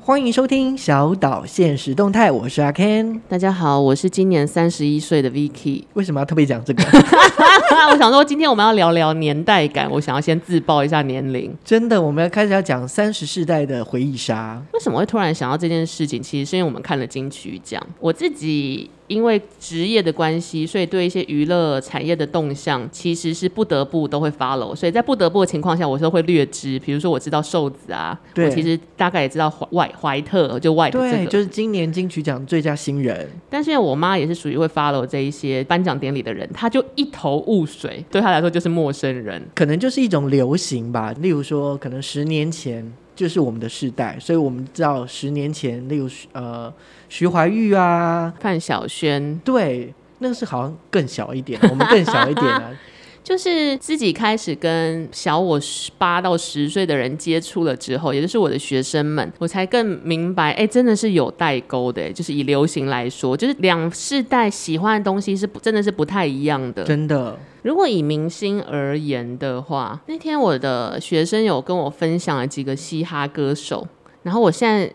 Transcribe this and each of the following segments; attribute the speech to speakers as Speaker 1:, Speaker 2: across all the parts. Speaker 1: 欢迎收听小岛现实动态，我是阿 Ken。
Speaker 2: 大家好，我是今年三十一岁的 Vicky。
Speaker 1: 为什么要特别讲这个？
Speaker 2: 我想说，今天我们要聊聊年代感，我想要先自曝一下年龄。
Speaker 1: 真的，我们要开始要讲三十世代的回忆杀。
Speaker 2: 为什么会突然想到这件事情？其实是因为我们看了金曲奖，我自己。因为职业的关系，所以对一些娱乐产业的动向，其实是不得不都会 follow。所以在不得不的情况下，我是会略知。比如说，我知道瘦子啊，
Speaker 1: 对
Speaker 2: 我其实大概也知道怀外怀特，就外
Speaker 1: 对，
Speaker 2: 哎这个。
Speaker 1: 就是今年金曲奖最佳新人。
Speaker 2: 但是我妈也是属于会 follow 这一些颁奖典礼的人，她就一头雾水，对她来说就是陌生人。
Speaker 1: 可能就是一种流行吧。例如说，可能十年前就是我们的世代，所以我们知道十年前，例如呃徐怀钰啊，
Speaker 2: 范晓萱
Speaker 1: 对，那个是好像更小一 点，我们更小一点啊。
Speaker 2: 就是自己开始跟小我十八到十岁的人接触了之后，也就是我的学生们，我才更明白，哎、真的是有代沟的、就是以流行来说，就是两世代喜欢的东西是不真的是不太一样的。
Speaker 1: 真的，
Speaker 2: 如果以明星而言的话，那天我的学生有跟我分享了几个嘻哈歌手，然后我现在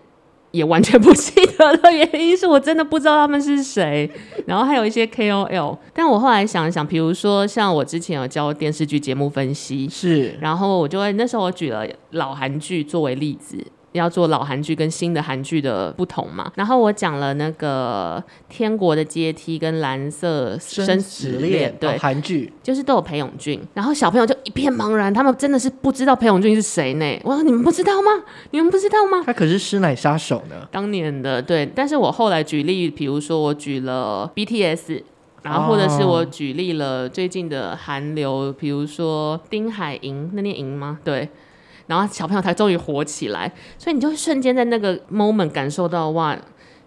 Speaker 2: 也完全不记得的原因是我真的不知道他们是谁， 然后还有一些 KOL，但我后来想一想，比如说像我之前有教电视剧节目分析，
Speaker 1: 是
Speaker 2: 然后我就会那时候我举了老韩剧作为例子。要做老韩剧跟新的韩剧的不同嘛，然后我讲了那个《天国的阶梯》跟《蓝色生死恋》，对
Speaker 1: 哦，韩剧
Speaker 2: 就是都有裴勇俊，然后小朋友就一片茫然，他们真的是不知道裴勇俊是谁呢。我说你们不知道吗？你们不知道吗？
Speaker 1: 它可是师奶杀手呢。
Speaker 2: 当年的对，但是我后来举例，比如说我举了 BTS。然后，或者是我举例了最近的韩流，比如说丁海寅，那念寅吗？对，然后小朋友才终于火起来，所以你就会瞬间在那个 moment 感受到哇，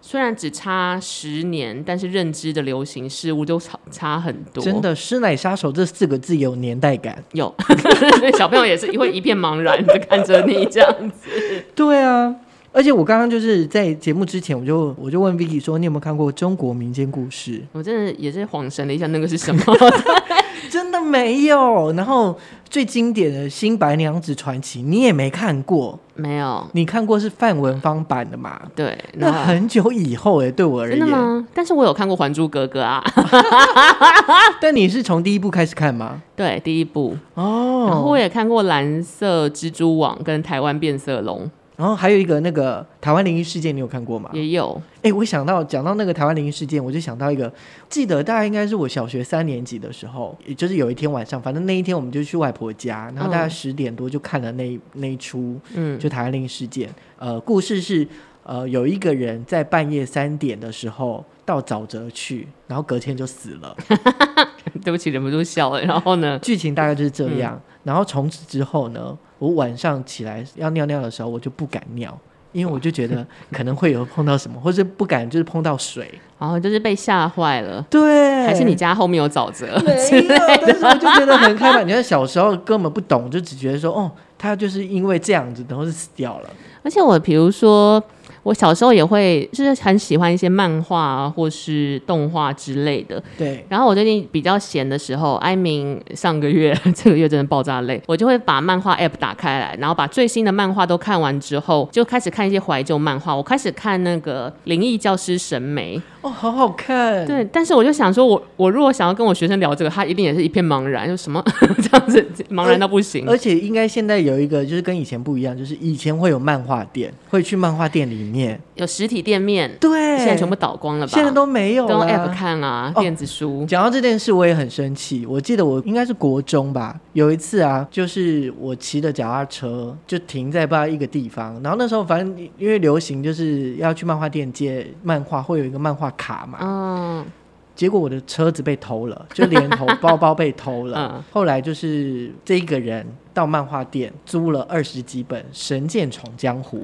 Speaker 2: 虽然只差十年，但是认知的流行事物就差差很多，
Speaker 1: 真的，师奶杀手这四个字有年代感。
Speaker 2: 有， 小朋友也是会一片茫然的看着你这样子。
Speaker 1: 对啊，而且我刚刚就是在节目之前，我就我就问 Vicky 说，你有没有看过中国民间故事？
Speaker 2: 我真的也是恍神了一下，那个是什 么？
Speaker 1: 真的没有。然后最经典的《新白娘子传奇》，你也没看过，
Speaker 2: 没有，
Speaker 1: 你看过是范文芳版的嘛？
Speaker 2: 对，
Speaker 1: 那
Speaker 2: 然后
Speaker 1: 很久以后哎、对我而
Speaker 2: 真的
Speaker 1: 言。
Speaker 2: 吗？但是我有看过《还珠格格》啊，
Speaker 1: 但你是从第一部开始看吗？
Speaker 2: 对，第一部，然后
Speaker 1: 哦，
Speaker 2: 我也看过《蓝色蜘蛛网》跟《台湾变色龙
Speaker 1: 然后还有一个那个台湾灵异事件，你有看过吗》，？
Speaker 2: 也有，
Speaker 1: 哎、我想到讲到那个台湾灵异事件，我就想到一个，记得大概应该是我小学三年级的时候，也就是有一天晚上，反正那一天我们就去外婆家，然后大概
Speaker 2: 嗯
Speaker 1: 十点多就看了那一那一出，
Speaker 2: 嗯，
Speaker 1: 就台湾灵异事件。呃，故事是呃有一个人在半夜三点的时候到沼泽去，然后隔天就死了。
Speaker 2: 对不起，忍不住笑了。然后呢，
Speaker 1: 剧情大概就是这
Speaker 2: 嗯
Speaker 1: 样。然后从此之后呢，我晚上起来要尿尿的时候，我就不敢尿。因为我就觉得可能会有碰到什么，或是不敢就是碰到水，
Speaker 2: 然后就是被吓坏了，
Speaker 1: 对，
Speaker 2: 还是你家后面有 沼泽？
Speaker 1: 没有，但是我就觉得很开朗。你看小时候根本不懂，就只觉得说，哦，他就是因为这样子，然后是死掉了。
Speaker 2: 而且我比如说，我小时候也会就是很喜欢一些漫画啊，或是动画之类的。
Speaker 1: 对，
Speaker 2: 然后我最近比较闲的时候，艾明上个月这个月真的爆炸累，我就会把漫画 app 打开来，然后把最新的漫画都看完之后，就开始看一些怀旧漫画。我开始看那个《灵异教师神眉
Speaker 1: 哦，好好》，看。，
Speaker 2: 对，但是我就想说我，我如果想要跟我学生聊这个，他一定也是一片茫然，就什么这样子茫然到不行。
Speaker 1: 而且应该现在有一个就是跟以前不一样，就是以前会有漫画店，会去漫画店里面。
Speaker 2: 有实体店面，
Speaker 1: 对，
Speaker 2: 现在全部倒光了吧？
Speaker 1: 现在都没有哦
Speaker 2: 都用
Speaker 1: 了。
Speaker 2: app 看啊，
Speaker 1: 哦
Speaker 2: 电子书。
Speaker 1: 讲到这件事，我也很生气。我记得我应该是国中吧，有一次啊，就是我骑着脚踏车就停在不知道一个地方，然后那时候反正因为流行就是要去漫画店借漫画，会有一个漫画卡嘛，哦
Speaker 2: 嗯，
Speaker 1: 结果我的车子被偷了，就连头包包被偷了。
Speaker 2: 嗯
Speaker 1: 后来就是这一个人到漫画店租了二十几本《神剑闯江湖》，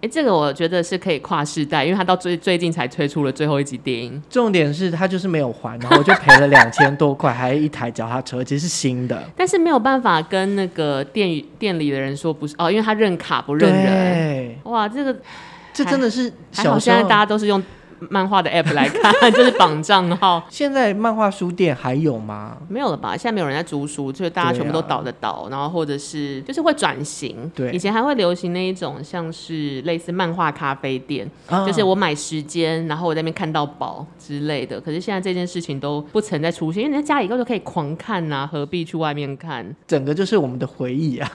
Speaker 2: 哎、这个我觉得是可以跨世代，因为他到最最近才推出了最后一集电影。
Speaker 1: 重点是他就是没有还，然后我就赔了两千多块，还一台脚踏车，其实是新的。
Speaker 2: 但是没有办法跟那个店与店里的人说不是哦，因为他认卡不认人。
Speaker 1: 对，
Speaker 2: 哇，这个
Speaker 1: 这真的是
Speaker 2: 还
Speaker 1: 小
Speaker 2: 好，
Speaker 1: 时
Speaker 2: 现在
Speaker 1: 候
Speaker 2: 大家都是用漫画的 app 来看，就是绑账 号。
Speaker 1: 现在漫画书店还有吗？
Speaker 2: 没有了吧？现在没有人在租书，所以大家
Speaker 1: 对啊
Speaker 2: 全部都倒的倒，然后或者是就是会转型。
Speaker 1: 对
Speaker 2: 以前还会流行那一种像是类似漫画咖啡店，
Speaker 1: 啊
Speaker 2: 就是我买时间，然后我在那边看到宝之类的。可是现在这件事情都不曾再出现，因为你在家里根本就可以狂看呐、何必去外面看？
Speaker 1: 整个就是我们的回忆 啊。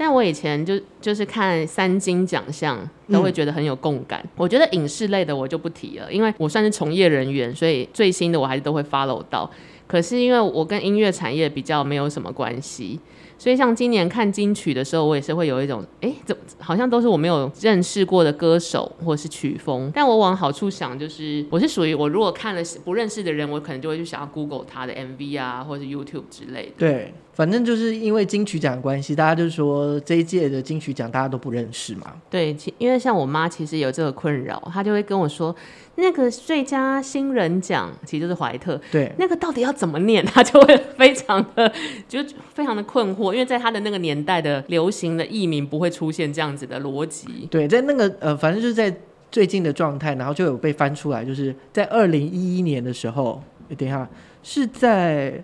Speaker 2: 但我以前就就是看三金奖项，都会觉得很有共感。我觉得影视类的我就不提了，因为我算是从业人员，所以最新的我还是都会 follow 到。可是因为我跟音乐产业比较没有什么关系，所以像今年看金曲的时候，我也是会有一种，哎、怎么好像都是我没有认识过的歌手或是曲风。但我往好处想，就是我是属于我如果看了不认识的人，我可能就会去想要 Google 他的 MV 啊，或是 YouTube 之类的。
Speaker 1: 对，反正就是因为金曲奖的关系，大家就说这一届的金曲奖大家都不认识嘛。
Speaker 2: 对，其因为像我妈其实有这个困扰，她就会跟我说，那个最佳新人奖其实就是怀特，
Speaker 1: 对，
Speaker 2: 那个到底要怎么念，她就会非常的就非常的困惑，因为在她的那个年代的流行的译名不会出现这样子的逻辑。
Speaker 1: 对，在那个呃，反正就是在最近的状态，然后就有被翻出来，就是在二零一一年的时候，诶等一下是在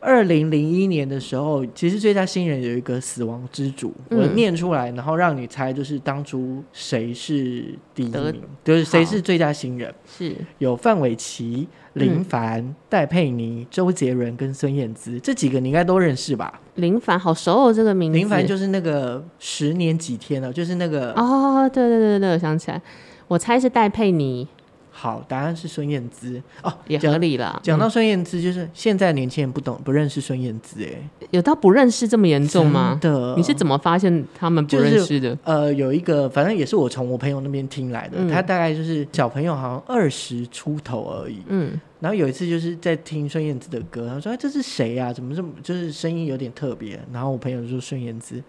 Speaker 1: 二零零一年的时候，其实最佳新人有一个死亡之主，我
Speaker 2: 嗯
Speaker 1: 念出来，然后让你猜，就是当初谁是第一
Speaker 2: 得
Speaker 1: 名，就是谁
Speaker 2: 好
Speaker 1: 是最佳新人，
Speaker 2: 是，
Speaker 1: 有范玮琪、
Speaker 2: 嗯
Speaker 1: 林凡、戴佩妮、周杰伦跟孙燕姿这几个，你应该都认识吧？
Speaker 2: 林凡好熟哦，这个名字。
Speaker 1: 林凡就是那个十年几天了，就是那个、
Speaker 2: 哦，对对对对，我想起来，我猜是戴佩妮，
Speaker 1: 好，答案是孙燕姿哦，
Speaker 2: 也
Speaker 1: 讲
Speaker 2: 合理啦。
Speaker 1: 讲到孙燕姿，就是现在年轻人不懂不认识孙燕姿，哎，
Speaker 2: 有到不认识这么严重吗？
Speaker 1: 真的，
Speaker 2: 你是怎么发现他们不
Speaker 1: 就是
Speaker 2: 认识的？
Speaker 1: 呃有一个，反正也是我从我朋友那边听来的，
Speaker 2: 嗯
Speaker 1: 他大概就是小朋友，好像二十出头而已。
Speaker 2: 嗯，
Speaker 1: 然后有一次就是在听孙燕姿的歌，他说、哎、这是谁呀、怎么这么就是声音有点特别？然后我朋友就说孙燕姿，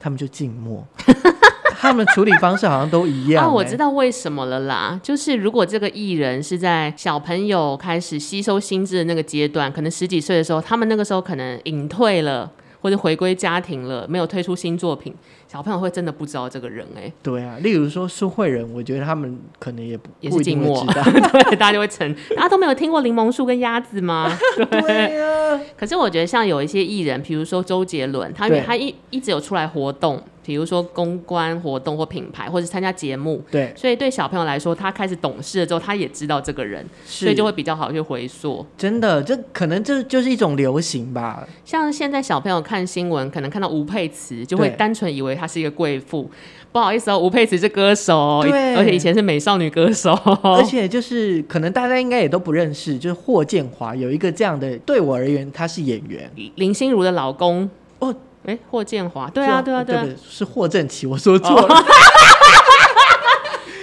Speaker 1: 他们就静默， 他们处理方式好像都一样、哎
Speaker 2: 哦，我知
Speaker 1: 道，
Speaker 2: 道为什么了啦，就是如果这个艺人是在小朋友开始吸收心智的那个阶段，可能十几岁的时候，他们那个时候可能隐退了。或者回归家庭了，没有推出新作品，小朋友会真的不知道这个人哎、
Speaker 1: 对啊。例如说苏慧仁，我觉得他们可能也不
Speaker 2: 也
Speaker 1: 不
Speaker 2: 是
Speaker 1: 一定
Speaker 2: 静
Speaker 1: 会
Speaker 2: 默，
Speaker 1: 知道。
Speaker 2: 对，大家就会沉，大家都没有听过柠檬树跟鸭子吗？
Speaker 1: 对啊，
Speaker 2: 可是我觉得像有一些艺人，比如说周杰伦，他因为
Speaker 1: 对
Speaker 2: 他一一直有出来活动，比如说公关活动或品牌，或者参加节目，
Speaker 1: 对，
Speaker 2: 所以对小朋友来说，他开始懂事了之后，他也知道这个人，所
Speaker 1: 所
Speaker 2: 以就会比较好去回溯。
Speaker 1: 真的，这可能这就是一种流行吧。
Speaker 2: 像现在小朋友看新闻，可能看到吴佩慈，就会
Speaker 1: 对
Speaker 2: 单纯以为她是一个贵妇。不好意思哦，吴佩慈是歌手哦，
Speaker 1: 对
Speaker 2: 而且以前是美少女歌手。
Speaker 1: 而且就是可能大家应该也都不认识，就是霍建华有一个这样的，对我而言他是演员。
Speaker 2: 林心如的老公
Speaker 1: 哦，
Speaker 2: 哎，霍建华，对啊，
Speaker 1: 是
Speaker 2: 对啊，对啊哦
Speaker 1: 不，对是霍正奇，我说错了。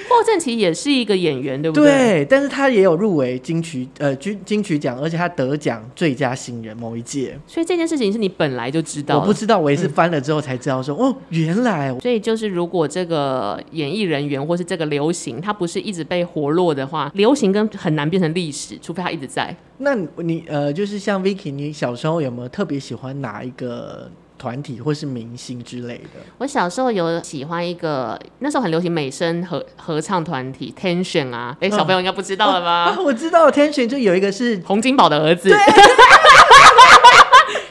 Speaker 2: 霍正奇也是一个演员，对不对？
Speaker 1: 对，但是他也有入围金曲呃金金曲奖，而且他得奖最佳新人某一届。
Speaker 2: 所以这件事情是你本来就知道嗯
Speaker 1: 我
Speaker 2: 的，
Speaker 1: 不知道，我也是翻了之后才知道说，哦，原来
Speaker 2: 所以就是，如果这个演艺人员或是这个流行，它不是一直被活络的话，流行跟很难变成历史，除非它一直在。
Speaker 1: 那你呃，就是像 Vicky，你小时候有没有特别喜欢哪一个团体或是明星之类的？
Speaker 2: 我小时候有喜欢一个，那时候很流行美声合合唱团体 Tension 啊，哎、
Speaker 1: 嗯
Speaker 2: 小朋友应该不知道了吧？
Speaker 1: 啊，我知道天选就有一个是
Speaker 2: 洪金宝的儿子。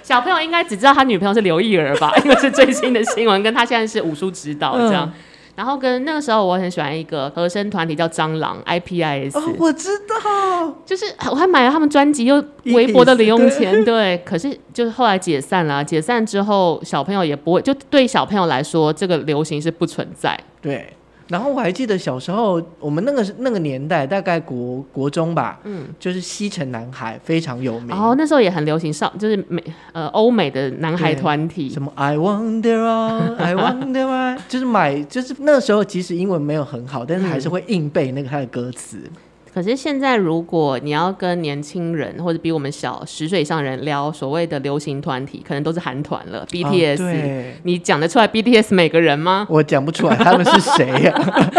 Speaker 2: 小朋友应该只知道他女朋友是刘亦儿吧， 因为是最新的新闻，跟他现在是武术指导这样。
Speaker 1: 嗯
Speaker 2: 然后跟那个时候我很喜欢一个和声团体叫蟑螂 IPIS，、
Speaker 1: 哦，我知道，
Speaker 2: 就是呃我还买了他们专辑，又微薄的零 用钱，对。可是就是后来解散了，啊解散之后小朋友也不会，就对小朋友来说，这个流行是不存在。
Speaker 1: 对。然后我还记得小时候，我们那个那个年代，大概国国中吧，嗯，哦就是西城男孩非常有名，
Speaker 2: 然哦后那时候也很流行少，就是美呃欧美的男孩
Speaker 1: 对
Speaker 2: 团体，
Speaker 1: 什么 I wonder on, I wonder why，就是 买，就是那时候即使英文没有很好，但是还是会硬背那个他的歌词。
Speaker 2: 可是现在，如果你要跟年轻人或者比我们小十岁以上的人聊所谓的流行团体，可能都是韩团了
Speaker 1: 啊
Speaker 2: ，BTS。
Speaker 1: 对，
Speaker 2: 你讲得出来 BTS 每个人吗？
Speaker 1: 我讲不出来他们是谁呀、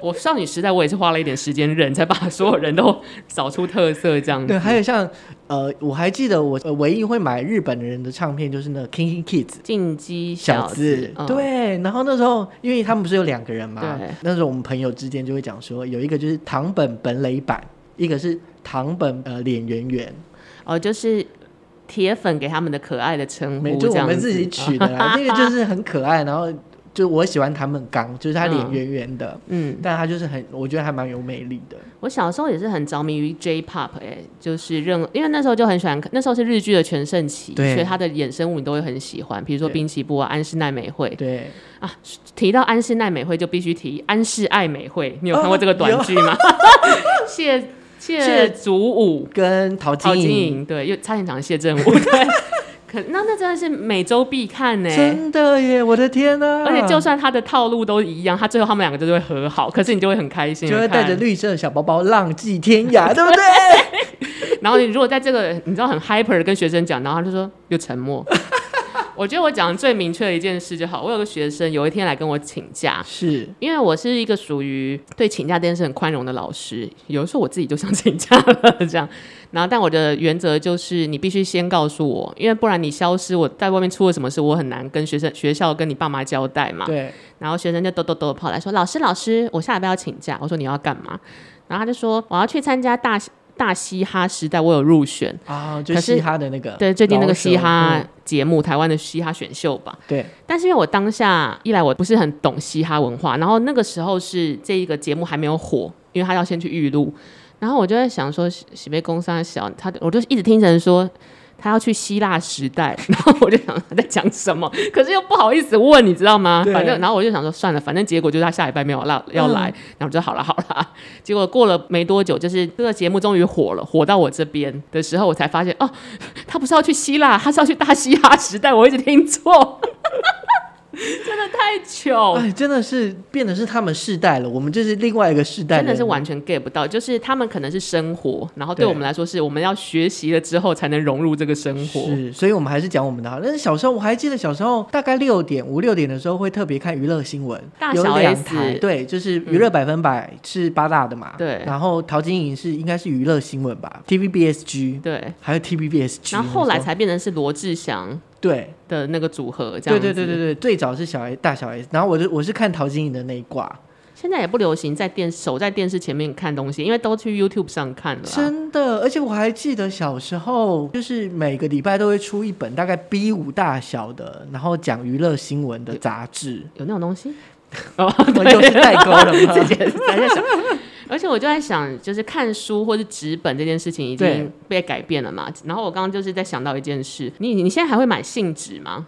Speaker 2: 我少女时代我也是花了一点时间忍，才把所有人都找出特色这样子。
Speaker 1: 对，还有像呃，我还记得我呃唯一会买日本人的唱片就是那个 King Kids
Speaker 2: 进击
Speaker 1: 小
Speaker 2: 子
Speaker 1: 子，，
Speaker 2: 嗯，
Speaker 1: 对。然后那时候因为他们不是有两个人嘛
Speaker 2: 对，
Speaker 1: 那时候我们朋友之间就会讲说，有一个就是堂本本垒版，一个是堂本呃脸圆圆，
Speaker 2: 哦，就是铁粉给他们的可爱的称
Speaker 1: 没
Speaker 2: 呼，
Speaker 1: 就
Speaker 2: 嗯这
Speaker 1: 我
Speaker 2: 样
Speaker 1: 们
Speaker 2: 子
Speaker 1: 自己取的 啦。那个就是很可爱，然后就我喜欢堂本刚，就是他脸
Speaker 2: 嗯
Speaker 1: 圆圆的，
Speaker 2: 嗯，
Speaker 1: 但他就是很，我觉得还蛮有魅力的。
Speaker 2: 我小时候也是很着迷于 J-pop，哎、就是任，因为那时候就很喜欢看，那时候是日剧的全盛期，所
Speaker 1: 对
Speaker 2: 以它的衍生物你都会很喜欢，比如说
Speaker 1: 对
Speaker 2: 滨崎步啊、安室奈美惠。
Speaker 1: 对，
Speaker 2: 提到安室奈美惠，就必须提安室爱美惠。你有看过
Speaker 1: 哦
Speaker 2: 这个短
Speaker 1: 有
Speaker 2: 剧吗？ 谢
Speaker 1: 哦
Speaker 2: 谢
Speaker 1: 谢
Speaker 2: 祖武，
Speaker 1: 跟陶
Speaker 2: 陶
Speaker 1: 晶
Speaker 2: 晶
Speaker 1: 莹。
Speaker 2: 莹，对，又差点讲谢振武，对。可那那真的是每周必看呢、欸
Speaker 1: 真的耶！我的天呐、
Speaker 2: 而且就算他的套路都一样，他最后他们两个就是会和好，可是你就会很开心，
Speaker 1: 就会带着绿色小包包浪迹天涯，对不 对？
Speaker 2: 然后你如果在这个你知道很 hyper 的跟学生讲，然后他就说又沉默。我觉得我讲得最明确的一件事就好。我有个学生有一天来跟我请假，
Speaker 1: 是
Speaker 2: 因为我是一个属于对请假这件事很宽容的老师，有的时候我自己就想请假了这样。然后，但我的原则就是你必须先告诉我，因为不然你消失，我在外面出了什么事，我很难跟学生、学校跟你爸妈交代嘛。
Speaker 1: 对，
Speaker 2: 然后学生就抖抖抖地跑来说：“老师，老师，我下礼拜要请假。”我说：“你要干嘛？”然后他就说：“我要去参加大大嘻哈时代，我有入选。
Speaker 1: 啊，就
Speaker 2: 可是
Speaker 1: 嘻哈的那个，
Speaker 2: 对，最近那个
Speaker 1: 饶舌
Speaker 2: 嘻哈
Speaker 1: 嗯
Speaker 2: 节目，台湾的嘻哈选秀吧。
Speaker 1: 对，
Speaker 2: 但是因为我当下一来我不是很懂嘻哈文化，然后那个时候是这一个节目还没有火，因为他要先去预录。然后我就在想说，喜喜被攻杀小，他我就一直听成说。他要去希腊时代， 然后我就想他在讲什么，可是又不好意思问，你知道吗？
Speaker 1: 对
Speaker 2: 反正，然后我就想说算了，反正结果就是他下礼拜没有要要来，然后我就好了好了。结果过了没多久，就是这个节目终于火了，火到我这边的时候，我才发现哦，他不是要去希腊，他是要去大希腊时代，我一直听错， 真的太糗。
Speaker 1: 哎，真的是变得是他们世代了，我们就是另外一个世代
Speaker 2: 真
Speaker 1: 人，
Speaker 2: 的是完全 get 不到，就是他们可能是生活，然后对
Speaker 1: 对
Speaker 2: 我们来说是我们要学习了之后才能融入这个生活。
Speaker 1: 是，所以我们还是讲我们的好。但是小时候我还记得，小时候大概六点五六点的时候会特别看娱乐新闻，
Speaker 2: 大
Speaker 1: 有
Speaker 2: 小
Speaker 1: 两
Speaker 2: S 嗯
Speaker 1: 台，对，就是娱乐百分百是八大的嘛，
Speaker 2: 对
Speaker 1: 然后陶晶莹是应该是娱乐新闻吧，TVBSG，
Speaker 2: 对，
Speaker 1: 还有 TVBSG，
Speaker 2: 然后后
Speaker 1: 那
Speaker 2: 来
Speaker 1: 时候
Speaker 2: 才变成是罗志祥
Speaker 1: 对，
Speaker 2: 的那个组合，这
Speaker 1: 对
Speaker 2: 样
Speaker 1: 对
Speaker 2: 子
Speaker 1: 对对对，最早是小 S 大小 S，然后我就我是看陶晶莹的那一挂，
Speaker 2: 现在也不流行在电守在电视前面看东西，因为都去 YouTube 上看了啊、
Speaker 1: 真的，而且我还记得小时候，就是每个礼拜都会出一本大概 B 五大小的，然后讲娱乐新闻的杂志，
Speaker 2: 有那种 东西？哦，
Speaker 1: 我又是代沟 了吗
Speaker 2: 自己也是在想。而且我就在想，就是看书或是纸本这件事情已
Speaker 1: 对
Speaker 2: 经被改变了嘛。然后我刚刚就是在想到一件事，你你现在还会买信纸吗？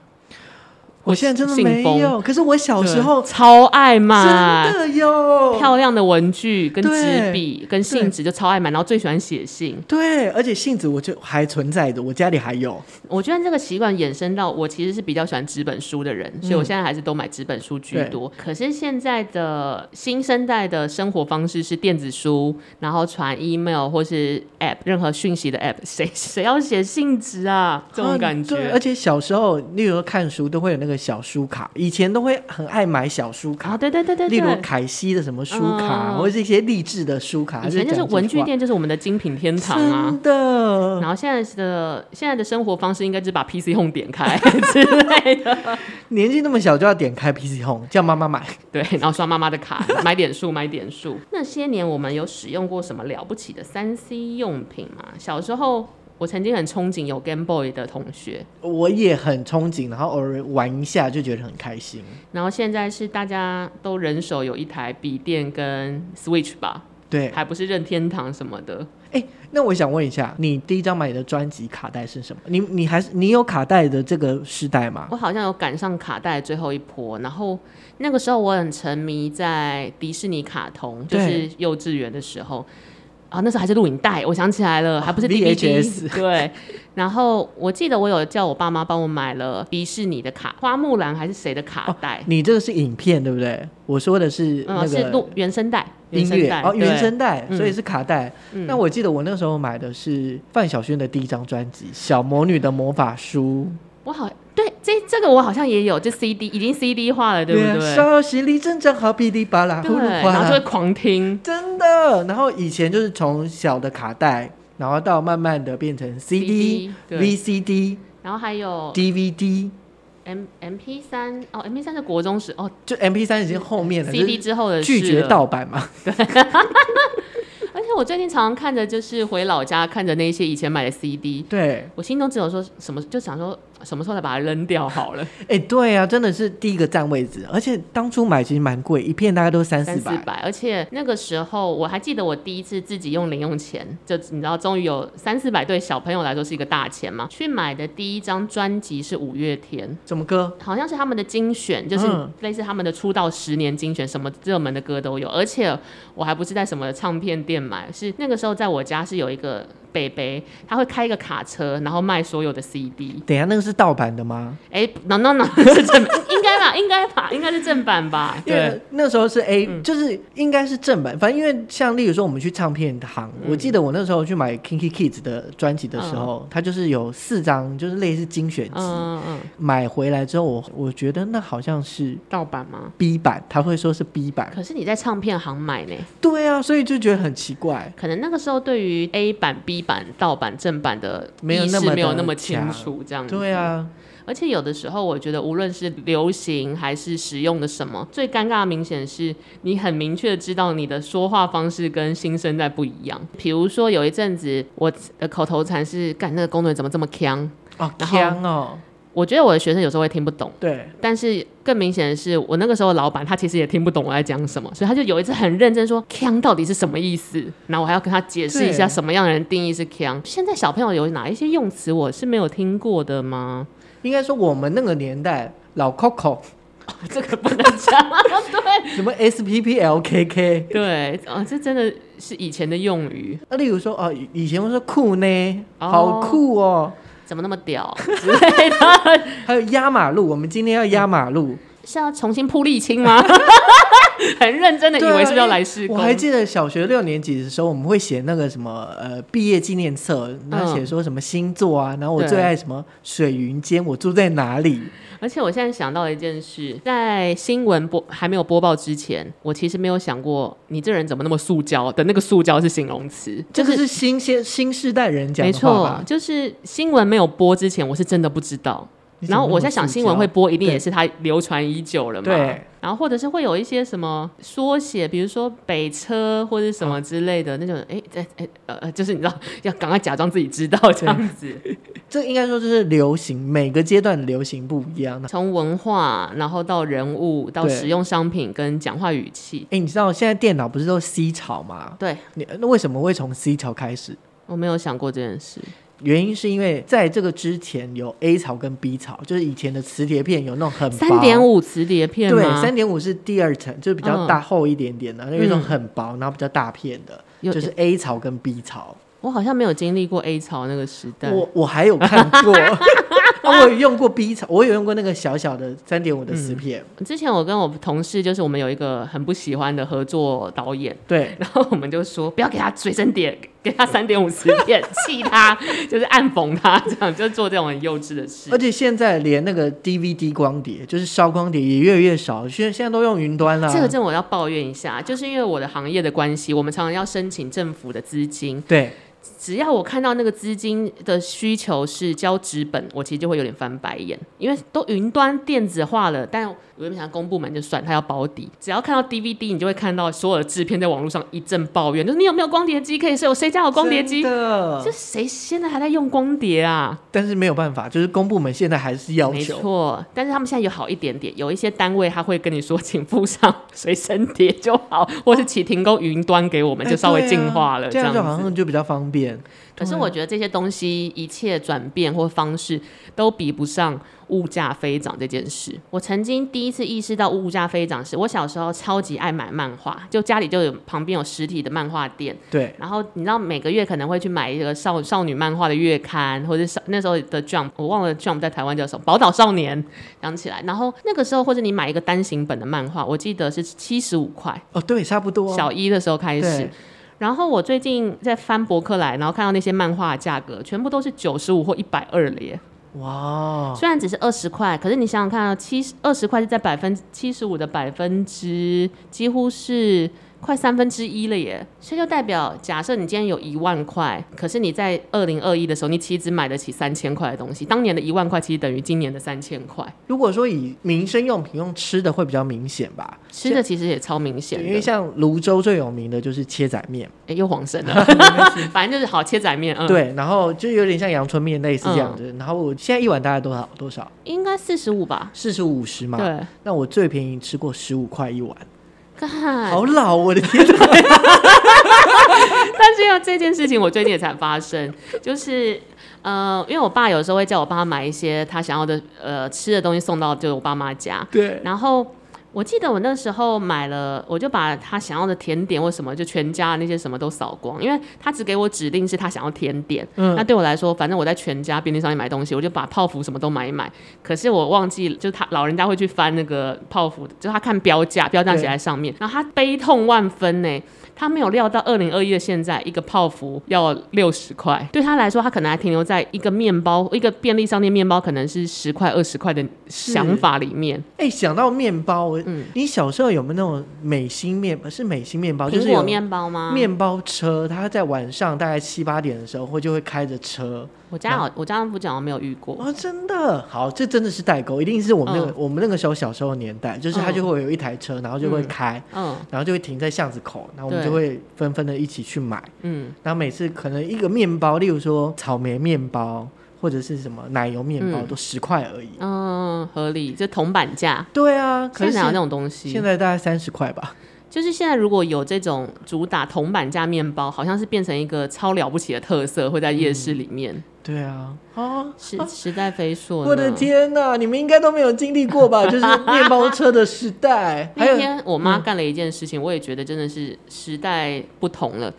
Speaker 1: 我现在真的
Speaker 2: 信
Speaker 1: 没
Speaker 2: 封
Speaker 1: 有，可是我小时候
Speaker 2: 对超爱
Speaker 1: 真
Speaker 2: 买
Speaker 1: 的有。
Speaker 2: 漂亮的文具、跟纸
Speaker 1: 对
Speaker 2: 笔、跟信纸，就超爱买。然后最喜欢写信。
Speaker 1: 对，而且信纸我就还存在的，我家里还有。
Speaker 2: 我觉得这个习惯衍生到我其实是比较喜欢纸本书的
Speaker 1: 嗯
Speaker 2: 人，所以我现在还是都买纸本书居多。可是现在的新生代的生活方式是电子书，然后传 email 或是 app 任何讯息的 app，谁 谁要写信纸啊？这种
Speaker 1: 嗯
Speaker 2: 感
Speaker 1: 对
Speaker 2: 觉
Speaker 1: 而。且小时候，例如说看书都会有那个小书卡，以前都会很爱买小书卡
Speaker 2: 啊，，对对对对
Speaker 1: 例如
Speaker 2: 对，
Speaker 1: 凯西的什么书卡，
Speaker 2: 嗯
Speaker 1: 或者是一些励志的书卡，
Speaker 2: 以前就
Speaker 1: 讲
Speaker 2: 是
Speaker 1: 这句
Speaker 2: 文具
Speaker 1: 话
Speaker 2: 店就是我们的精品天堂啊。
Speaker 1: 真的，
Speaker 2: 然后现在的现在的生活方式应该就是把 PC Home 点开 之类的，
Speaker 1: 年纪那么小就要点开 PC Home，叫妈妈买。
Speaker 2: 对， 然后刷妈妈的卡，买点数，买点数。那些年我们有使用过什么了不起的三 C 用品吗？小时候我曾经很憧憬有 Game Boy 的同学，
Speaker 1: 我也很憧憬，然后偶尔玩一下就觉得很开心。
Speaker 2: 然后现在是大家都人手有一台笔电跟 Switch 吧，
Speaker 1: 对，
Speaker 2: 还不是任天堂什么的。
Speaker 1: 哎、那我想问一下，你第一张买的专辑卡带是什么？你你还是你有卡带的这个时代吗？
Speaker 2: 我好像有赶上卡带最后一波，然后那个时候我很沉迷在迪士尼卡通，就是
Speaker 1: 对
Speaker 2: 幼稚园的时候。啊，那时候还是录影带，我想起来了，还不是 DVD。
Speaker 1: VHS
Speaker 2: 对，然后我记得我有叫我爸妈帮我买了迪士尼的卡，花木兰还是谁的卡带？
Speaker 1: 你这个是影片对不对？我说的是哦那
Speaker 2: 嗯，是
Speaker 1: 个
Speaker 2: 录原声带，原
Speaker 1: 音
Speaker 2: 声
Speaker 1: 乐
Speaker 2: 带
Speaker 1: 哦，原。
Speaker 2: 对
Speaker 1: 声带，
Speaker 2: 嗯
Speaker 1: 所以是卡带。
Speaker 2: 嗯
Speaker 1: 那我记得我那时候买的是范晓萱的第一张专辑《小魔女的魔法书》。
Speaker 2: 我好对，这这个我好像也有，就 CD 已经 CD 化了，对不对？
Speaker 1: 啊稍息立正正好，噼里啪啦，呼噜
Speaker 2: 对，
Speaker 1: 哗
Speaker 2: 然后就会
Speaker 1: 啦，
Speaker 2: 狂听。
Speaker 1: 真的。然后以前就是从小的卡带，然后到慢慢的变成 CD、
Speaker 2: 对
Speaker 1: VCD、
Speaker 2: 然后还有
Speaker 1: DVD，
Speaker 2: M M P 三哦，M P 三是国中时哦
Speaker 1: 就 MP 3已经后面了，就
Speaker 2: ，CD
Speaker 1: 是
Speaker 2: 之后的
Speaker 1: 拒
Speaker 2: 事
Speaker 1: 绝
Speaker 2: 了
Speaker 1: 盗版嘛。
Speaker 2: 而且我最近常常看着，就是回老家看着那些以前买的 CD，
Speaker 1: 对，
Speaker 2: 我心中只有说什么，就想说什么时候再把它扔掉 好了，
Speaker 1: 哎，对啊，真的是第一个占位置，而且当初买其实蛮贵，一片大概都是三
Speaker 2: 三
Speaker 1: 四
Speaker 2: 四
Speaker 1: 百。
Speaker 2: 百。而且那个时候我还记得我第一次自己用零用钱，就你知道，终于有三四百对小朋友来说是一个大钱嘛。去买的第一张专辑是五月天。
Speaker 1: 什么歌？
Speaker 2: 好像是他们的精选，就是
Speaker 1: 嗯
Speaker 2: 类似他们的出道十年精选，什么热门的歌都有。而且我还不是在什么唱片店买，是那个时候在我家是有一个北北，他会开一个卡车，然后卖 所有的 CD。
Speaker 1: 等一下那个是盗版的吗？
Speaker 2: 哎、no no no，是正版，应该吧，应该 吧，应该是正版吧？嗯
Speaker 1: 因
Speaker 2: 对嗯
Speaker 1: 为，那时候是 A，、就是应该是正版。反正因为像例如说我们去唱片行，
Speaker 2: 嗯
Speaker 1: 我记得我那时候去买 Kinky Kids 的专辑的时候，它就是有四张，就是类似精选集。
Speaker 2: 嗯嗯，
Speaker 1: 买回来之后我，我觉得那好像是
Speaker 2: 盗版吗？
Speaker 1: B 版，他会说是 B 版。
Speaker 2: 可是你在唱片行买呢，
Speaker 1: 对啊，所以就觉得很奇怪。
Speaker 2: 可能那个时候对于 A 版、B 版、盗版、正版的
Speaker 1: 没有
Speaker 2: 意
Speaker 1: 那
Speaker 2: 识
Speaker 1: 么的
Speaker 2: 没有那么
Speaker 1: 强
Speaker 2: 清楚，这样子。
Speaker 1: 对啊，
Speaker 2: 而且有的时候，我觉得无论是流行还是使用的什么，最尴尬的明显是你很明确地知道你的说话方式跟新生代不一样。比如说有一阵子我的口头禅是“干那个工作人员怎么这么强
Speaker 1: 哦，
Speaker 2: 然后
Speaker 1: 腔哦，”，
Speaker 2: 我觉得我的学生有时候会听不懂。
Speaker 1: 对，
Speaker 2: 但是更明显的是，我那个时候老板他其实也听不懂我在讲什么，所以他就有一次很认真说“腔”到底是什么意思，然后我还要跟他解释一下
Speaker 1: 对
Speaker 2: 什么样的人定义是“腔”。现在小朋友有哪一些用词我是没有听过的吗？
Speaker 1: 应该说我们那个年代老 Coco
Speaker 2: 这个不能讲，对。
Speaker 1: 什么 SPPLKK，
Speaker 2: 对，啊，这真的是以前的用语，
Speaker 1: 那例如说哦，以以前我说酷呢，
Speaker 2: 哦
Speaker 1: 好酷哦，
Speaker 2: 怎么那么屌之类的，
Speaker 1: 还有压马路，我们今天要压马路，
Speaker 2: 是要重新铺沥青吗？ 很认真的以
Speaker 1: 对啊
Speaker 2: 为是不是要来施工？
Speaker 1: 我还记得小学六年级的时候，我们会写那个什么呃毕业纪念册，然
Speaker 2: 嗯
Speaker 1: 后写说什么星座啊，然后我
Speaker 2: 对
Speaker 1: 最爱什么水云间，我住在哪里？
Speaker 2: 而且我现在想到一件事，在新闻播还没有播报之前，我其实没有想过你这人怎么那么塑胶的那个塑胶是形容词，
Speaker 1: 这
Speaker 2: 就
Speaker 1: 个是
Speaker 2: 是。
Speaker 1: 新鲜新世代人讲
Speaker 2: 没
Speaker 1: 的话
Speaker 2: 错
Speaker 1: 吧，？
Speaker 2: 就是新闻没有播之前，我是真的不知道。
Speaker 1: 你怎
Speaker 2: 然
Speaker 1: 么
Speaker 2: 后我在想，
Speaker 1: 那么
Speaker 2: 新闻会播，一定
Speaker 1: 对
Speaker 2: 也是它流传已久了嘛。
Speaker 1: 对。
Speaker 2: 然后或者是会有一些什么缩写，比如说北车或者什么之类的那种，哎哎哎呃，呃就是你知道，要赶快假装自己知道这样子。
Speaker 1: 这应该说就是流行，每个阶段的流行不一样的。
Speaker 2: 从文化，然后到人物，到
Speaker 1: 对
Speaker 2: 使用商品跟讲话语气。
Speaker 1: 哎，你知道现在电脑不是都 C 潮吗？
Speaker 2: 对，
Speaker 1: 你那为什么会从 C 潮开始？
Speaker 2: 我没有想过这件事。
Speaker 1: 原因是因为在这个之前有 A 潮跟 B 潮，就是以前的磁铁片有那种很薄
Speaker 2: 三点五磁碟片
Speaker 1: 对，
Speaker 2: 吗？
Speaker 1: 三点五是第二层，就是比较大厚一点点的，那有一种
Speaker 2: 嗯
Speaker 1: 很薄，然后比较大片的，
Speaker 2: 有
Speaker 1: 就是 A 槽跟 B 槽。
Speaker 2: 我好像没有经历过 A 潮那个时代。
Speaker 1: 我我还有看 过， 我有用过 B 槽，我有用过那个小小的三点
Speaker 2: 嗯
Speaker 1: 五的磁片。
Speaker 2: 之前我跟我同事，就是我们有一个很不喜欢的合作导演，
Speaker 1: 对，
Speaker 2: 然后我们就说不要给他追身点，给他三点五十点， 气他，就是暗讽他，这样就做这种很幼稚的事
Speaker 1: 而。且现在连那个 DVD 光碟，就是烧光碟也越来越少，现现在都用云端了。
Speaker 2: 这个真的我要抱怨一下，就是因为我的行业的关系，我们常常要申请政府的资金。
Speaker 1: 对，
Speaker 2: 只要我看到那个资金的需求是交纸本，我其实就会有点翻白眼，因为都云端电子化了。但我原本想公部门就算，他要保底。只要看到 DVD，你就会看到所有的制片在网络上一阵抱怨，就是你有没有光碟机可以有谁家有光碟机？
Speaker 1: 真
Speaker 2: 就
Speaker 1: 的，
Speaker 2: 谁现在还在用光碟啊？
Speaker 1: 但是没有办法，就是公部门现在还是要
Speaker 2: 没
Speaker 1: 求。
Speaker 2: 错，但是他们现在有好一点点，有一些单位他会跟你说，请附上随身碟就好，或是请停购云端给我们，
Speaker 1: 哎
Speaker 2: 就稍微进
Speaker 1: 哦
Speaker 2: 化
Speaker 1: 对
Speaker 2: 了、
Speaker 1: 啊
Speaker 2: 这
Speaker 1: 这
Speaker 2: 样
Speaker 1: 样
Speaker 2: 子。
Speaker 1: 就好像就比较方便。
Speaker 2: 可是我觉得这些东西一切转变或方式都比不上物价飞涨这件事。我曾经第一次意识到物价飞涨是，我小时候超级爱买漫画，就家里就有旁边有实体的漫画店，
Speaker 1: 对，
Speaker 2: 然后你知道每个月可能会去买一个少少女漫画的月刊，或者少那时候的 Jump，我忘了 Jump 在台湾叫什么，宝岛少年想起来。然后那个时候或者你买一个单行本的漫画，我记得是七十五块，
Speaker 1: 哦，对，差不多。
Speaker 2: 小一的时候开始
Speaker 1: 对。
Speaker 2: 然后我最近在翻博客来，然后看到那些漫画的价格，全部都是九十五或一百二了耶。
Speaker 1: 哇，
Speaker 2: 虽然只是二十块，可是你想想看啊，七二十块是在百分之七十五的百分之，几乎是快三分之一了耶。所以就代表，假设你今天有一万块，可是你在二零二一的时候，你其实只买得起三千块的东西。当年的一万块其实等于今年的三千块，
Speaker 1: 如果说以民生用品用吃的会比较明显吧，
Speaker 2: 吃的其实也超明显
Speaker 1: 对
Speaker 2: 的，
Speaker 1: 因为像泸州最有名的就是切仔面，
Speaker 2: 诶又黄神 了，反正就是好切仔面，嗯，，嗯
Speaker 1: 对，然后就有点像阳春面类似这样子。然后我现在一碗大概多少多少？
Speaker 2: 应该四十五吧，
Speaker 1: 四十五十嘛。
Speaker 2: 对，
Speaker 1: 那我最便宜吃过十五块一碗，
Speaker 2: 干
Speaker 1: 好老，我的 天哪！
Speaker 2: 但是要这件事情，我最近也才发生，就是呃，因为我爸有时候会叫我帮他买一些他想要的呃吃的东西送到就我爸妈家，
Speaker 1: 对，
Speaker 2: 然后。我记得我那时候买了，我就把他想要的甜点或什么，就全家的那些什么都扫光，因为他只给我指定是他想要甜点。
Speaker 1: 嗯
Speaker 2: 那对我来说，反正我在全家便利商店买东西，我就把泡芙什么都买一买。可是我忘记，就他老人家会去翻那个泡芙，就他看标价，标价写在上面，然后他悲痛万分呢。他没有料到，二零二一的现在，一个泡芙要六十块，对他来说，他可能还停留在一个面包，一个便利商店面包可能是十块、二十块的想法里面。
Speaker 1: 哎、想到面包，我
Speaker 2: 嗯
Speaker 1: 你小时候有没有那种美心面？不是美心面哦包，就
Speaker 2: 苹
Speaker 1: 是
Speaker 2: 果
Speaker 1: 有
Speaker 2: 面包吗？
Speaker 1: 面包车，它在晚上大概七八点的时候，会就会开着车。
Speaker 2: 我家好，我家人不讲，我没有遇过。
Speaker 1: 哦，真的好，这真的是代沟，一定是我们那个、
Speaker 2: 嗯
Speaker 1: 我们那个时候小时候的年代，就是它
Speaker 2: 嗯
Speaker 1: 就会有一台车，然后就会开，
Speaker 2: 嗯
Speaker 1: 然后就会停在巷子口，然后我们
Speaker 2: 对
Speaker 1: 就会纷纷的一起去买。
Speaker 2: 嗯，
Speaker 1: 然后每次可能一个面包，例如说草莓面包或者是什么奶油面包，
Speaker 2: 嗯
Speaker 1: 都十块而已。
Speaker 2: 嗯，合理，就铜板价。
Speaker 1: 对啊，可
Speaker 2: 现
Speaker 1: 是
Speaker 2: 在哪有那种东西
Speaker 1: 现？在大概三十块吧。
Speaker 2: 就是现在如果有这种主打铜板价面包，好像是变成一个超了不起的特色，会在夜市里面。
Speaker 1: 对啊，啊，
Speaker 2: 时
Speaker 1: 啊
Speaker 2: 时代飞速呢。
Speaker 1: 我的天呐，你们应该都没有经历过吧？就是面包车的时代，还
Speaker 2: 那
Speaker 1: 有
Speaker 2: 天我妈干了一件事情，我也觉得真的是时代不同了。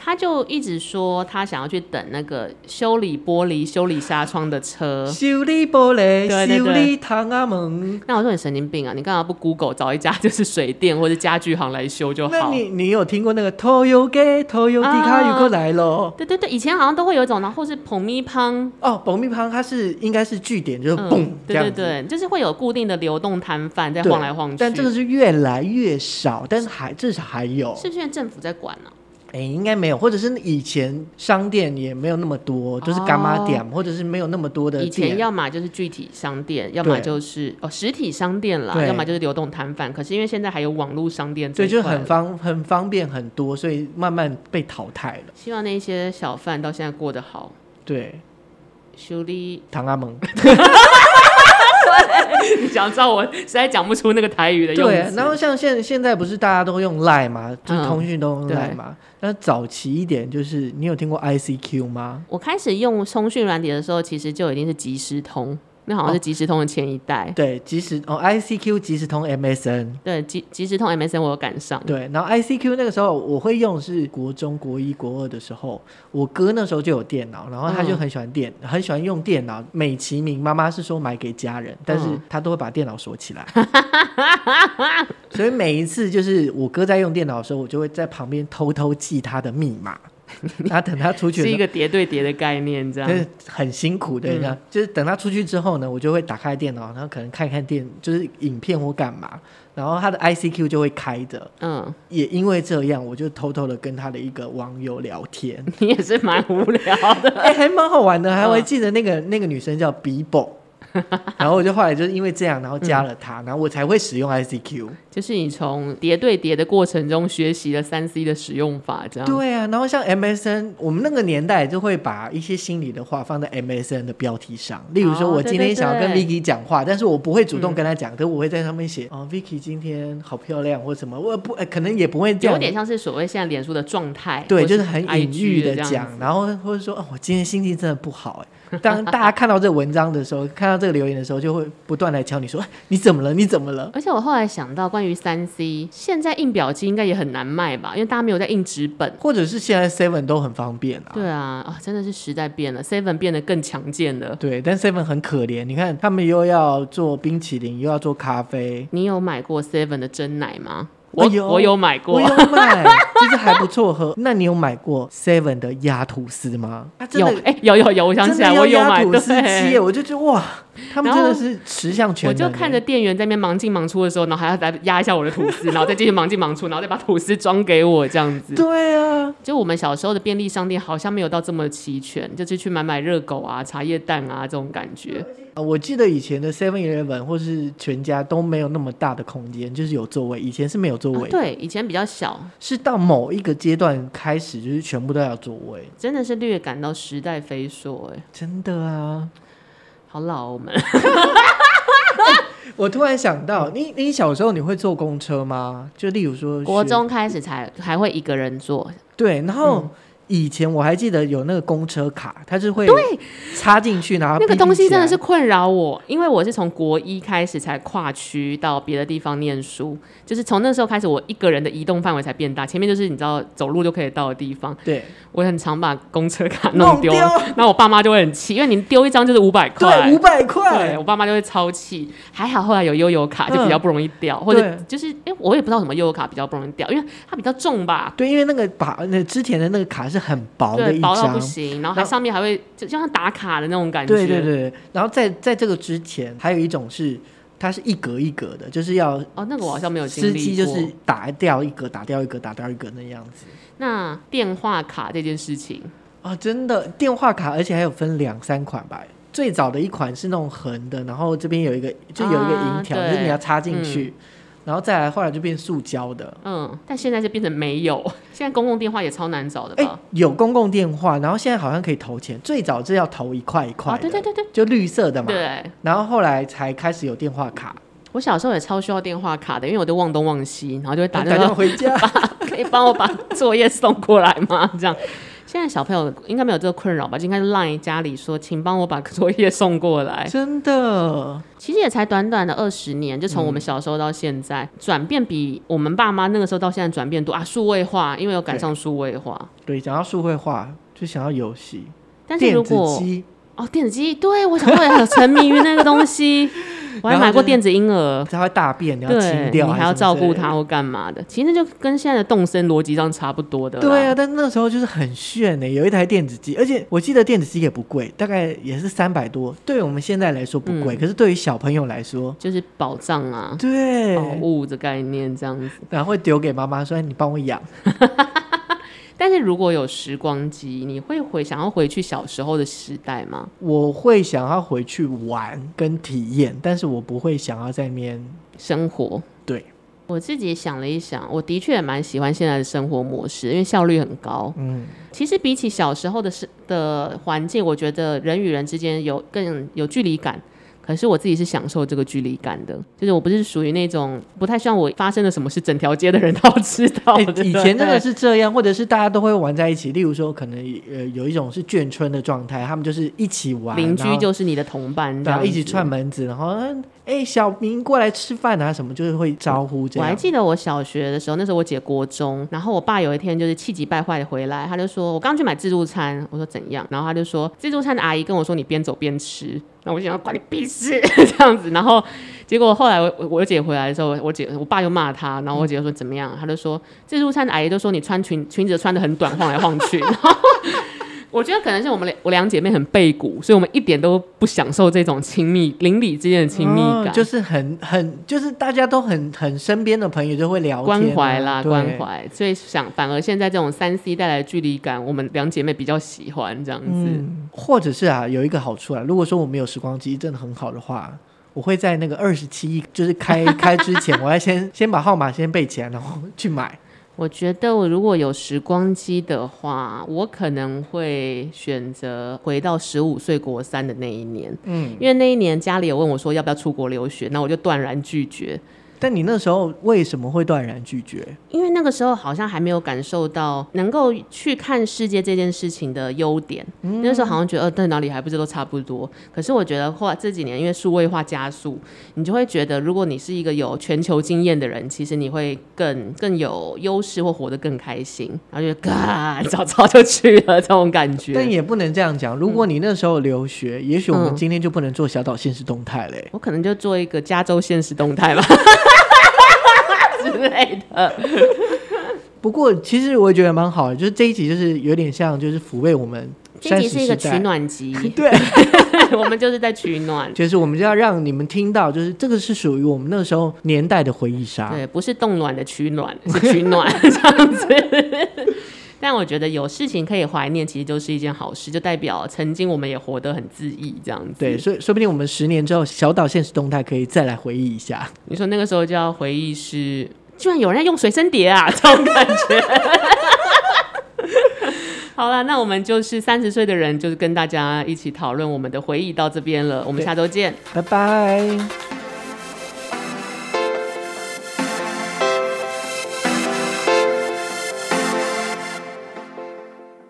Speaker 2: 她就一直说她想要去等那个修理玻璃、修理纱窗的车。
Speaker 1: 修理玻璃、
Speaker 2: 对对对
Speaker 1: 修理唐阿门。
Speaker 2: 那我说你神经病啊！你干嘛不 Google 找一家就是水电或者家具行来修就
Speaker 1: 那
Speaker 2: 好？
Speaker 1: 你你有听过那个 Toyoge Toyo
Speaker 2: 啊
Speaker 1: d 卡有个来咯？
Speaker 2: 对对对，以前好像都会有一种，然后或是捧咪乓，
Speaker 1: 哦，保密旁它是应该是据点，就是嘣
Speaker 2: 嗯，
Speaker 1: 这
Speaker 2: 对
Speaker 1: 样
Speaker 2: 对
Speaker 1: 子。
Speaker 2: 对，就是会有固定的流动摊贩在
Speaker 1: 对
Speaker 2: 晃来晃去。
Speaker 1: 但这个是越来越少，但是还至少还有，
Speaker 2: 是不是政府在管啊？
Speaker 1: 哎、应该没有，或者是以前商店也没有那么多，就是干妈店，或者是没有那么多的
Speaker 2: 哦以前
Speaker 1: 店。
Speaker 2: 要么就是具体商店，要么
Speaker 1: 对
Speaker 2: 就是哦实体商店啦，
Speaker 1: 对
Speaker 2: 要么就是流动摊贩。可是因为现在还有网络商店这
Speaker 1: 对，
Speaker 2: 一
Speaker 1: 就
Speaker 2: 块
Speaker 1: 是
Speaker 2: 了，
Speaker 1: 很方很方便很多，所以慢慢被淘汰了。
Speaker 2: 希望那些小贩到现在过得好。
Speaker 1: 对，
Speaker 2: 修理，
Speaker 1: 唐阿蒙。
Speaker 2: 你想知道我实在讲不出那个台语的用
Speaker 1: 对，
Speaker 2: 词。
Speaker 1: 然后像现现在不是大家都用 Line 嘛，就是
Speaker 2: 嗯
Speaker 1: 通讯都用
Speaker 2: 对
Speaker 1: Line 嘛。那早期一点就是，你有听过 ICQ 吗？
Speaker 2: 我开始用通讯软体的时候，其实就已经是即时通，那好像
Speaker 1: 哦
Speaker 2: 是即时通的前一代。
Speaker 1: 对，即时哦，ICQ 即时通 MSN。
Speaker 2: 对，即即时通 MSN 我有赶上。
Speaker 1: 对，然后 ICQ 那个时候我会用是国中国一国二的时候，我哥那时候就有电脑，然后他就很喜欢电，
Speaker 2: 嗯
Speaker 1: 很喜欢用电脑。美其名妈妈是说买给家人，但是
Speaker 2: 嗯
Speaker 1: 他都会把电脑锁起来。 所以每一次就是我哥在用电脑的时候，我就会在旁边偷偷记他的密 码，然后等他出去的时
Speaker 2: 是一
Speaker 1: 候。
Speaker 2: 个叠对叠的概念，这样
Speaker 1: 就。是很辛苦的，
Speaker 2: 嗯
Speaker 1: 然后就是等他出去之后呢，我就会打开电脑，然后可能看看电，就是影片或干嘛，然后他的 ICQ 就会开着，
Speaker 2: 嗯，
Speaker 1: 也因为这样，我就偷偷的跟他的一个网友聊天，
Speaker 2: 你也是蛮无聊的。
Speaker 1: 哎、还蛮好玩的，还会记得那个、那个女生叫 Bibo，然后我就后来就是因为这样，然后加了
Speaker 2: 嗯
Speaker 1: 她，然后我才会使用 ICQ。
Speaker 2: 就是你从叠对叠的过程中学习了三 C 的使用法，这样。
Speaker 1: 对啊，然后像 MSN，我们那个年代就会把一些心里的话放在 MSN 的标题上，例如说
Speaker 2: 哦
Speaker 1: 我
Speaker 2: 对
Speaker 1: 今天
Speaker 2: 对
Speaker 1: 想要跟
Speaker 2: 对嗯
Speaker 1: Vicky 讲话，但是我不会主动跟她讲，可是我会在上面写哦，Vicky 今天好漂亮或什么，我不、呃可能也不会这样
Speaker 2: 有点像是所谓现在脸书的状态，
Speaker 1: 对，
Speaker 2: 或
Speaker 1: 就是很隐
Speaker 2: IG
Speaker 1: 喻的
Speaker 2: 这样
Speaker 1: 讲，
Speaker 2: 子。
Speaker 1: 然后或者说，哦，我今天心情真的不好。哎，当大家看到这个文章的时候，看到这个留言的时候，就会不断来敲你说，哎你怎么了？你怎么了？
Speaker 2: 而且我后来想到，关于三 C，现在印表机应该也很难卖吧，因为大家没有在印纸本。
Speaker 1: 或者是现在 Seven 都很方便啊。
Speaker 2: 对啊，啊，真的是时代变了，Seven 变得更强健了。
Speaker 1: 对，但 Seven 很可怜，你看他们又要做冰淇淋，又要做咖啡。
Speaker 2: 你有买过 Seven 的真奶吗？我、
Speaker 1: 哎呦
Speaker 2: 我有买过
Speaker 1: 我，有买，就是还不错喝。那你有买过 Seven 的鸭吐司吗？它真
Speaker 2: 有
Speaker 1: 的
Speaker 2: 哎、有有有，我想
Speaker 1: 真
Speaker 2: 起来
Speaker 1: 的
Speaker 2: 我有
Speaker 1: 有
Speaker 2: 买，
Speaker 1: 鸭吐司机耶，
Speaker 2: 对，
Speaker 1: 我就觉得哇，他们
Speaker 2: 然
Speaker 1: 真
Speaker 2: 后
Speaker 1: 的是十项全
Speaker 2: 我
Speaker 1: 能耶。
Speaker 2: 就看着店员在那边忙进忙出的时候，然后还要再压一下我的 吐司，然后再继续忙进忙出，然后再把吐司装给我这样子。
Speaker 1: 对啊，
Speaker 2: 就我们小时候的便利商店好像没有到这么齐全，就是去买买热狗啊、茶叶蛋啊这种感觉。
Speaker 1: 啊我记得以前的 Seven Eleven 或是全家都没有那么大的空间，就是有座位，以前是没有座
Speaker 2: 啊
Speaker 1: 位，
Speaker 2: 对，以前比较小，
Speaker 1: 是到某一个阶段开始就是全部都要有座位，
Speaker 2: 真的是略感到时代飞速、哎，
Speaker 1: 真的啊！
Speaker 2: 好老哦我们。
Speaker 1: 我突然想到，你你小时候你会坐公车吗？就例如说
Speaker 2: 国
Speaker 1: 学
Speaker 2: 中嗯开始才还会一个人坐，
Speaker 1: 对，然后。以前我还记得有那个公车卡，它是会对插进去，然后
Speaker 2: 那个
Speaker 1: 哔哔
Speaker 2: 东西
Speaker 1: 起
Speaker 2: 真
Speaker 1: 来
Speaker 2: 的是困扰我，因为我是从国一开始才跨区到别的地方念书，就是从那时候开始，我一个人的移动范围才变大。前面就是你知道走路就可以到的地方，
Speaker 1: 对
Speaker 2: 我很常把公车卡
Speaker 1: 弄
Speaker 2: 弄丢，
Speaker 1: 丢
Speaker 2: 然后我爸妈就会很气，因为你丢一张就是五百块
Speaker 1: 对，五。百
Speaker 2: 对
Speaker 1: 块
Speaker 2: 我爸妈就会超气，还好后来有悠游卡，就比较不容易掉，或者
Speaker 1: 嗯对
Speaker 2: 就是哎、我也不知道什么悠游卡比较不容易掉，因为它比较重吧，
Speaker 1: 对，因为那个把那之前的那个卡是很薄的
Speaker 2: 对，
Speaker 1: 一
Speaker 2: 薄到不
Speaker 1: 张，
Speaker 2: 行，然
Speaker 1: 然
Speaker 2: 后它
Speaker 1: 后
Speaker 2: 上面还会就就像打卡的那种感觉，
Speaker 1: 对对对。然后在在这个之前，还有一种是它是一格一格的，就是要
Speaker 2: 哦，那个我好像没有经历
Speaker 1: 司
Speaker 2: 过。
Speaker 1: 机就是打掉一格，打掉一格，打掉一格那样子。
Speaker 2: 那电话卡这件事情，
Speaker 1: 啊，真的电话卡，而且还有分两三款吧。最早的一款是那种横的，然后这边有一个就有一个
Speaker 2: 啊
Speaker 1: 银条，
Speaker 2: 对
Speaker 1: 就是你要插进去，然后再来后来就变塑胶的。
Speaker 2: 嗯，但现在就变成没有， 现在公共电话也超难找的
Speaker 1: 哎、
Speaker 2: 吧？
Speaker 1: 有公共电话，然后现在好像可以投钱，最早是要投一块一块
Speaker 2: 啊，
Speaker 1: 的，
Speaker 2: 对对对对
Speaker 1: 就绿色的嘛。
Speaker 2: 对，
Speaker 1: 然后后来才开始有电话卡，
Speaker 2: 我小时候也超需要电话卡的，因为我都忘东忘西，然后就会打
Speaker 1: 打
Speaker 2: 电
Speaker 1: 电话
Speaker 2: 话，
Speaker 1: 回家。
Speaker 2: 可以帮我把作业送过来吗？这样。现在小朋友应该没有这个困扰吧？就应该是 line 家里说，请帮我把作业送过来。
Speaker 1: 真的，
Speaker 2: 其实也才短短的二十年，就从我们小时候到现在，转变比我们爸妈那个时候到现在转变多啊！数位化，因为有赶上数位化。
Speaker 1: 对，讲到数位化，就想到游戏，
Speaker 2: 但是
Speaker 1: 电
Speaker 2: 如
Speaker 1: 子
Speaker 2: 果
Speaker 1: 机，
Speaker 2: 哦，电子机，对我小时候也很沉迷于那个 东西，我还
Speaker 1: 然后
Speaker 2: 买过
Speaker 1: 就是
Speaker 2: 电子婴儿，
Speaker 1: 它会大便，你要
Speaker 2: 对
Speaker 1: 清，
Speaker 2: 你
Speaker 1: 掉，
Speaker 2: 还要照顾它。或干嘛的，其实就跟现在的动身逻辑上差不多的。
Speaker 1: 对啊，，但那时候就是很炫呢、欸有一台电子
Speaker 2: 嗯
Speaker 1: 机，而且我记得电子机也不贵，大概也是三百多。对我们现在来说不
Speaker 2: 嗯
Speaker 1: 贵，可是对于小朋友来说，
Speaker 2: 就是宝藏啊，
Speaker 1: 对，
Speaker 2: 宝物的概念这样子。
Speaker 1: 然后会丢给妈妈说：“哎你帮我养。
Speaker 2: 但是如果有时光机，你会回想要回去小时候的时代吗”？
Speaker 1: 我会想要回去玩跟体验，但是我不会想要在那边
Speaker 2: 生活？
Speaker 1: 对，
Speaker 2: 我自己想了一想，我的确也蛮喜欢现在的生活模式，因为效率很高。
Speaker 1: 嗯，
Speaker 2: 其实比起小时候的是的环境，我觉得人与人之间有更有距离感。可是我自己是享受这个距离感的，就是我不是属于那种不太希望我发生了什么事，整条街的人都知道
Speaker 1: 哎
Speaker 2: 的。
Speaker 1: 以前真的
Speaker 2: 对
Speaker 1: 是这样，或者是大家都会玩在一起。例如说，可能呃有一种是眷村的状态，他们就是一起玩，
Speaker 2: 邻居
Speaker 1: 然后
Speaker 2: 就是你的同伴，这
Speaker 1: 对啊
Speaker 2: 样
Speaker 1: 一起
Speaker 2: 子
Speaker 1: 串。门子，然后嗯哎、小明过来吃饭啊什么，就是会招呼这
Speaker 2: 我还
Speaker 1: 样。
Speaker 2: 记得我小学的时候，那时候我姐国中，然后我爸有一天就是气急败坏的回来，他就说：“我刚去买自助餐。”我说：“怎样？”然后他就说：“自助餐的阿姨跟我说你边走边吃。”那我就想要管你屁事这样子。然后结果后来我我我姐回来的时候，我姐我爸又骂她，然后我姐就说：“怎么样？”他就说：“自助餐的阿姨都说你穿裙裙子穿的很短，晃来晃去。”然后我觉得可能是我们两我两姐妹很背骨，所以我们一点都不享受这种亲密邻里之间的亲密
Speaker 1: 哦
Speaker 2: 感，
Speaker 1: 就是很很，就是大家都很很身边的朋友就会聊天啊、
Speaker 2: 关怀啦，
Speaker 1: 对
Speaker 2: 关。怀。所以想，反而现在这种三 C 带来的距离感，我们两姐妹比较喜欢这样子。
Speaker 1: 嗯，或者是啊，有一个好处啊，如果说我们有时光机真的很好的话，我会在那个二十七亿就是开开之 前，我要先先把号码先背起来，然后去买。
Speaker 2: 我觉得我如果有时光机的话，我可能会选择回到十五岁国三的那一年，
Speaker 1: 嗯，
Speaker 2: 因为那一年家里有问我说要不要出国留学，那我就断然拒绝。
Speaker 1: 但你那时候为什么会断然拒绝？
Speaker 2: 因为那个时候好像还没有感受到能够去看世界这件事情的优点，
Speaker 1: 嗯
Speaker 2: 那时候好像觉得呃，对哪里还不是都差不多。可是我觉得后来这几年因为数位化加速，你就会觉得如果你是一个有全球经验的人，其实你会更更有优势或活得更开心，然后就 嘎早早就去了这种感
Speaker 1: 但
Speaker 2: 觉。
Speaker 1: 也不能这样讲，如果你那时候留学，也许我们
Speaker 2: 嗯
Speaker 1: 今天就不能做小岛现实动态嘞、
Speaker 2: 我可能就做一个加州现实动态吧。之之类的。
Speaker 1: 不过其实我也觉得蛮好的，就是这一集就是有点像就是抚慰我们
Speaker 2: 这
Speaker 1: 三
Speaker 2: 集
Speaker 1: 十
Speaker 2: 是一个
Speaker 1: 时
Speaker 2: 取
Speaker 1: 代，
Speaker 2: 暖集，
Speaker 1: 对，
Speaker 2: 我们就是在取暖，
Speaker 1: 就是我们就要让你们听到，就是这个是属于我们那时候年代的回忆杀。
Speaker 2: 对，不是冻卵的取暖，是取暖 这样子。但我觉得有事情可以怀念，其实就是一件好事，就代表曾经我们也活得很恣意这样子。
Speaker 1: 对，所以说不定我们十年之后，小岛现实动态可以再来回忆一下。
Speaker 2: 你说那个时候就要回忆是，居然有人在用随身碟啊， 这种感觉。好了，那我们就是三十岁的人，就是跟大家一起讨论我们的回忆到这边了，我们
Speaker 1: 对
Speaker 2: 下周见。
Speaker 1: 拜拜。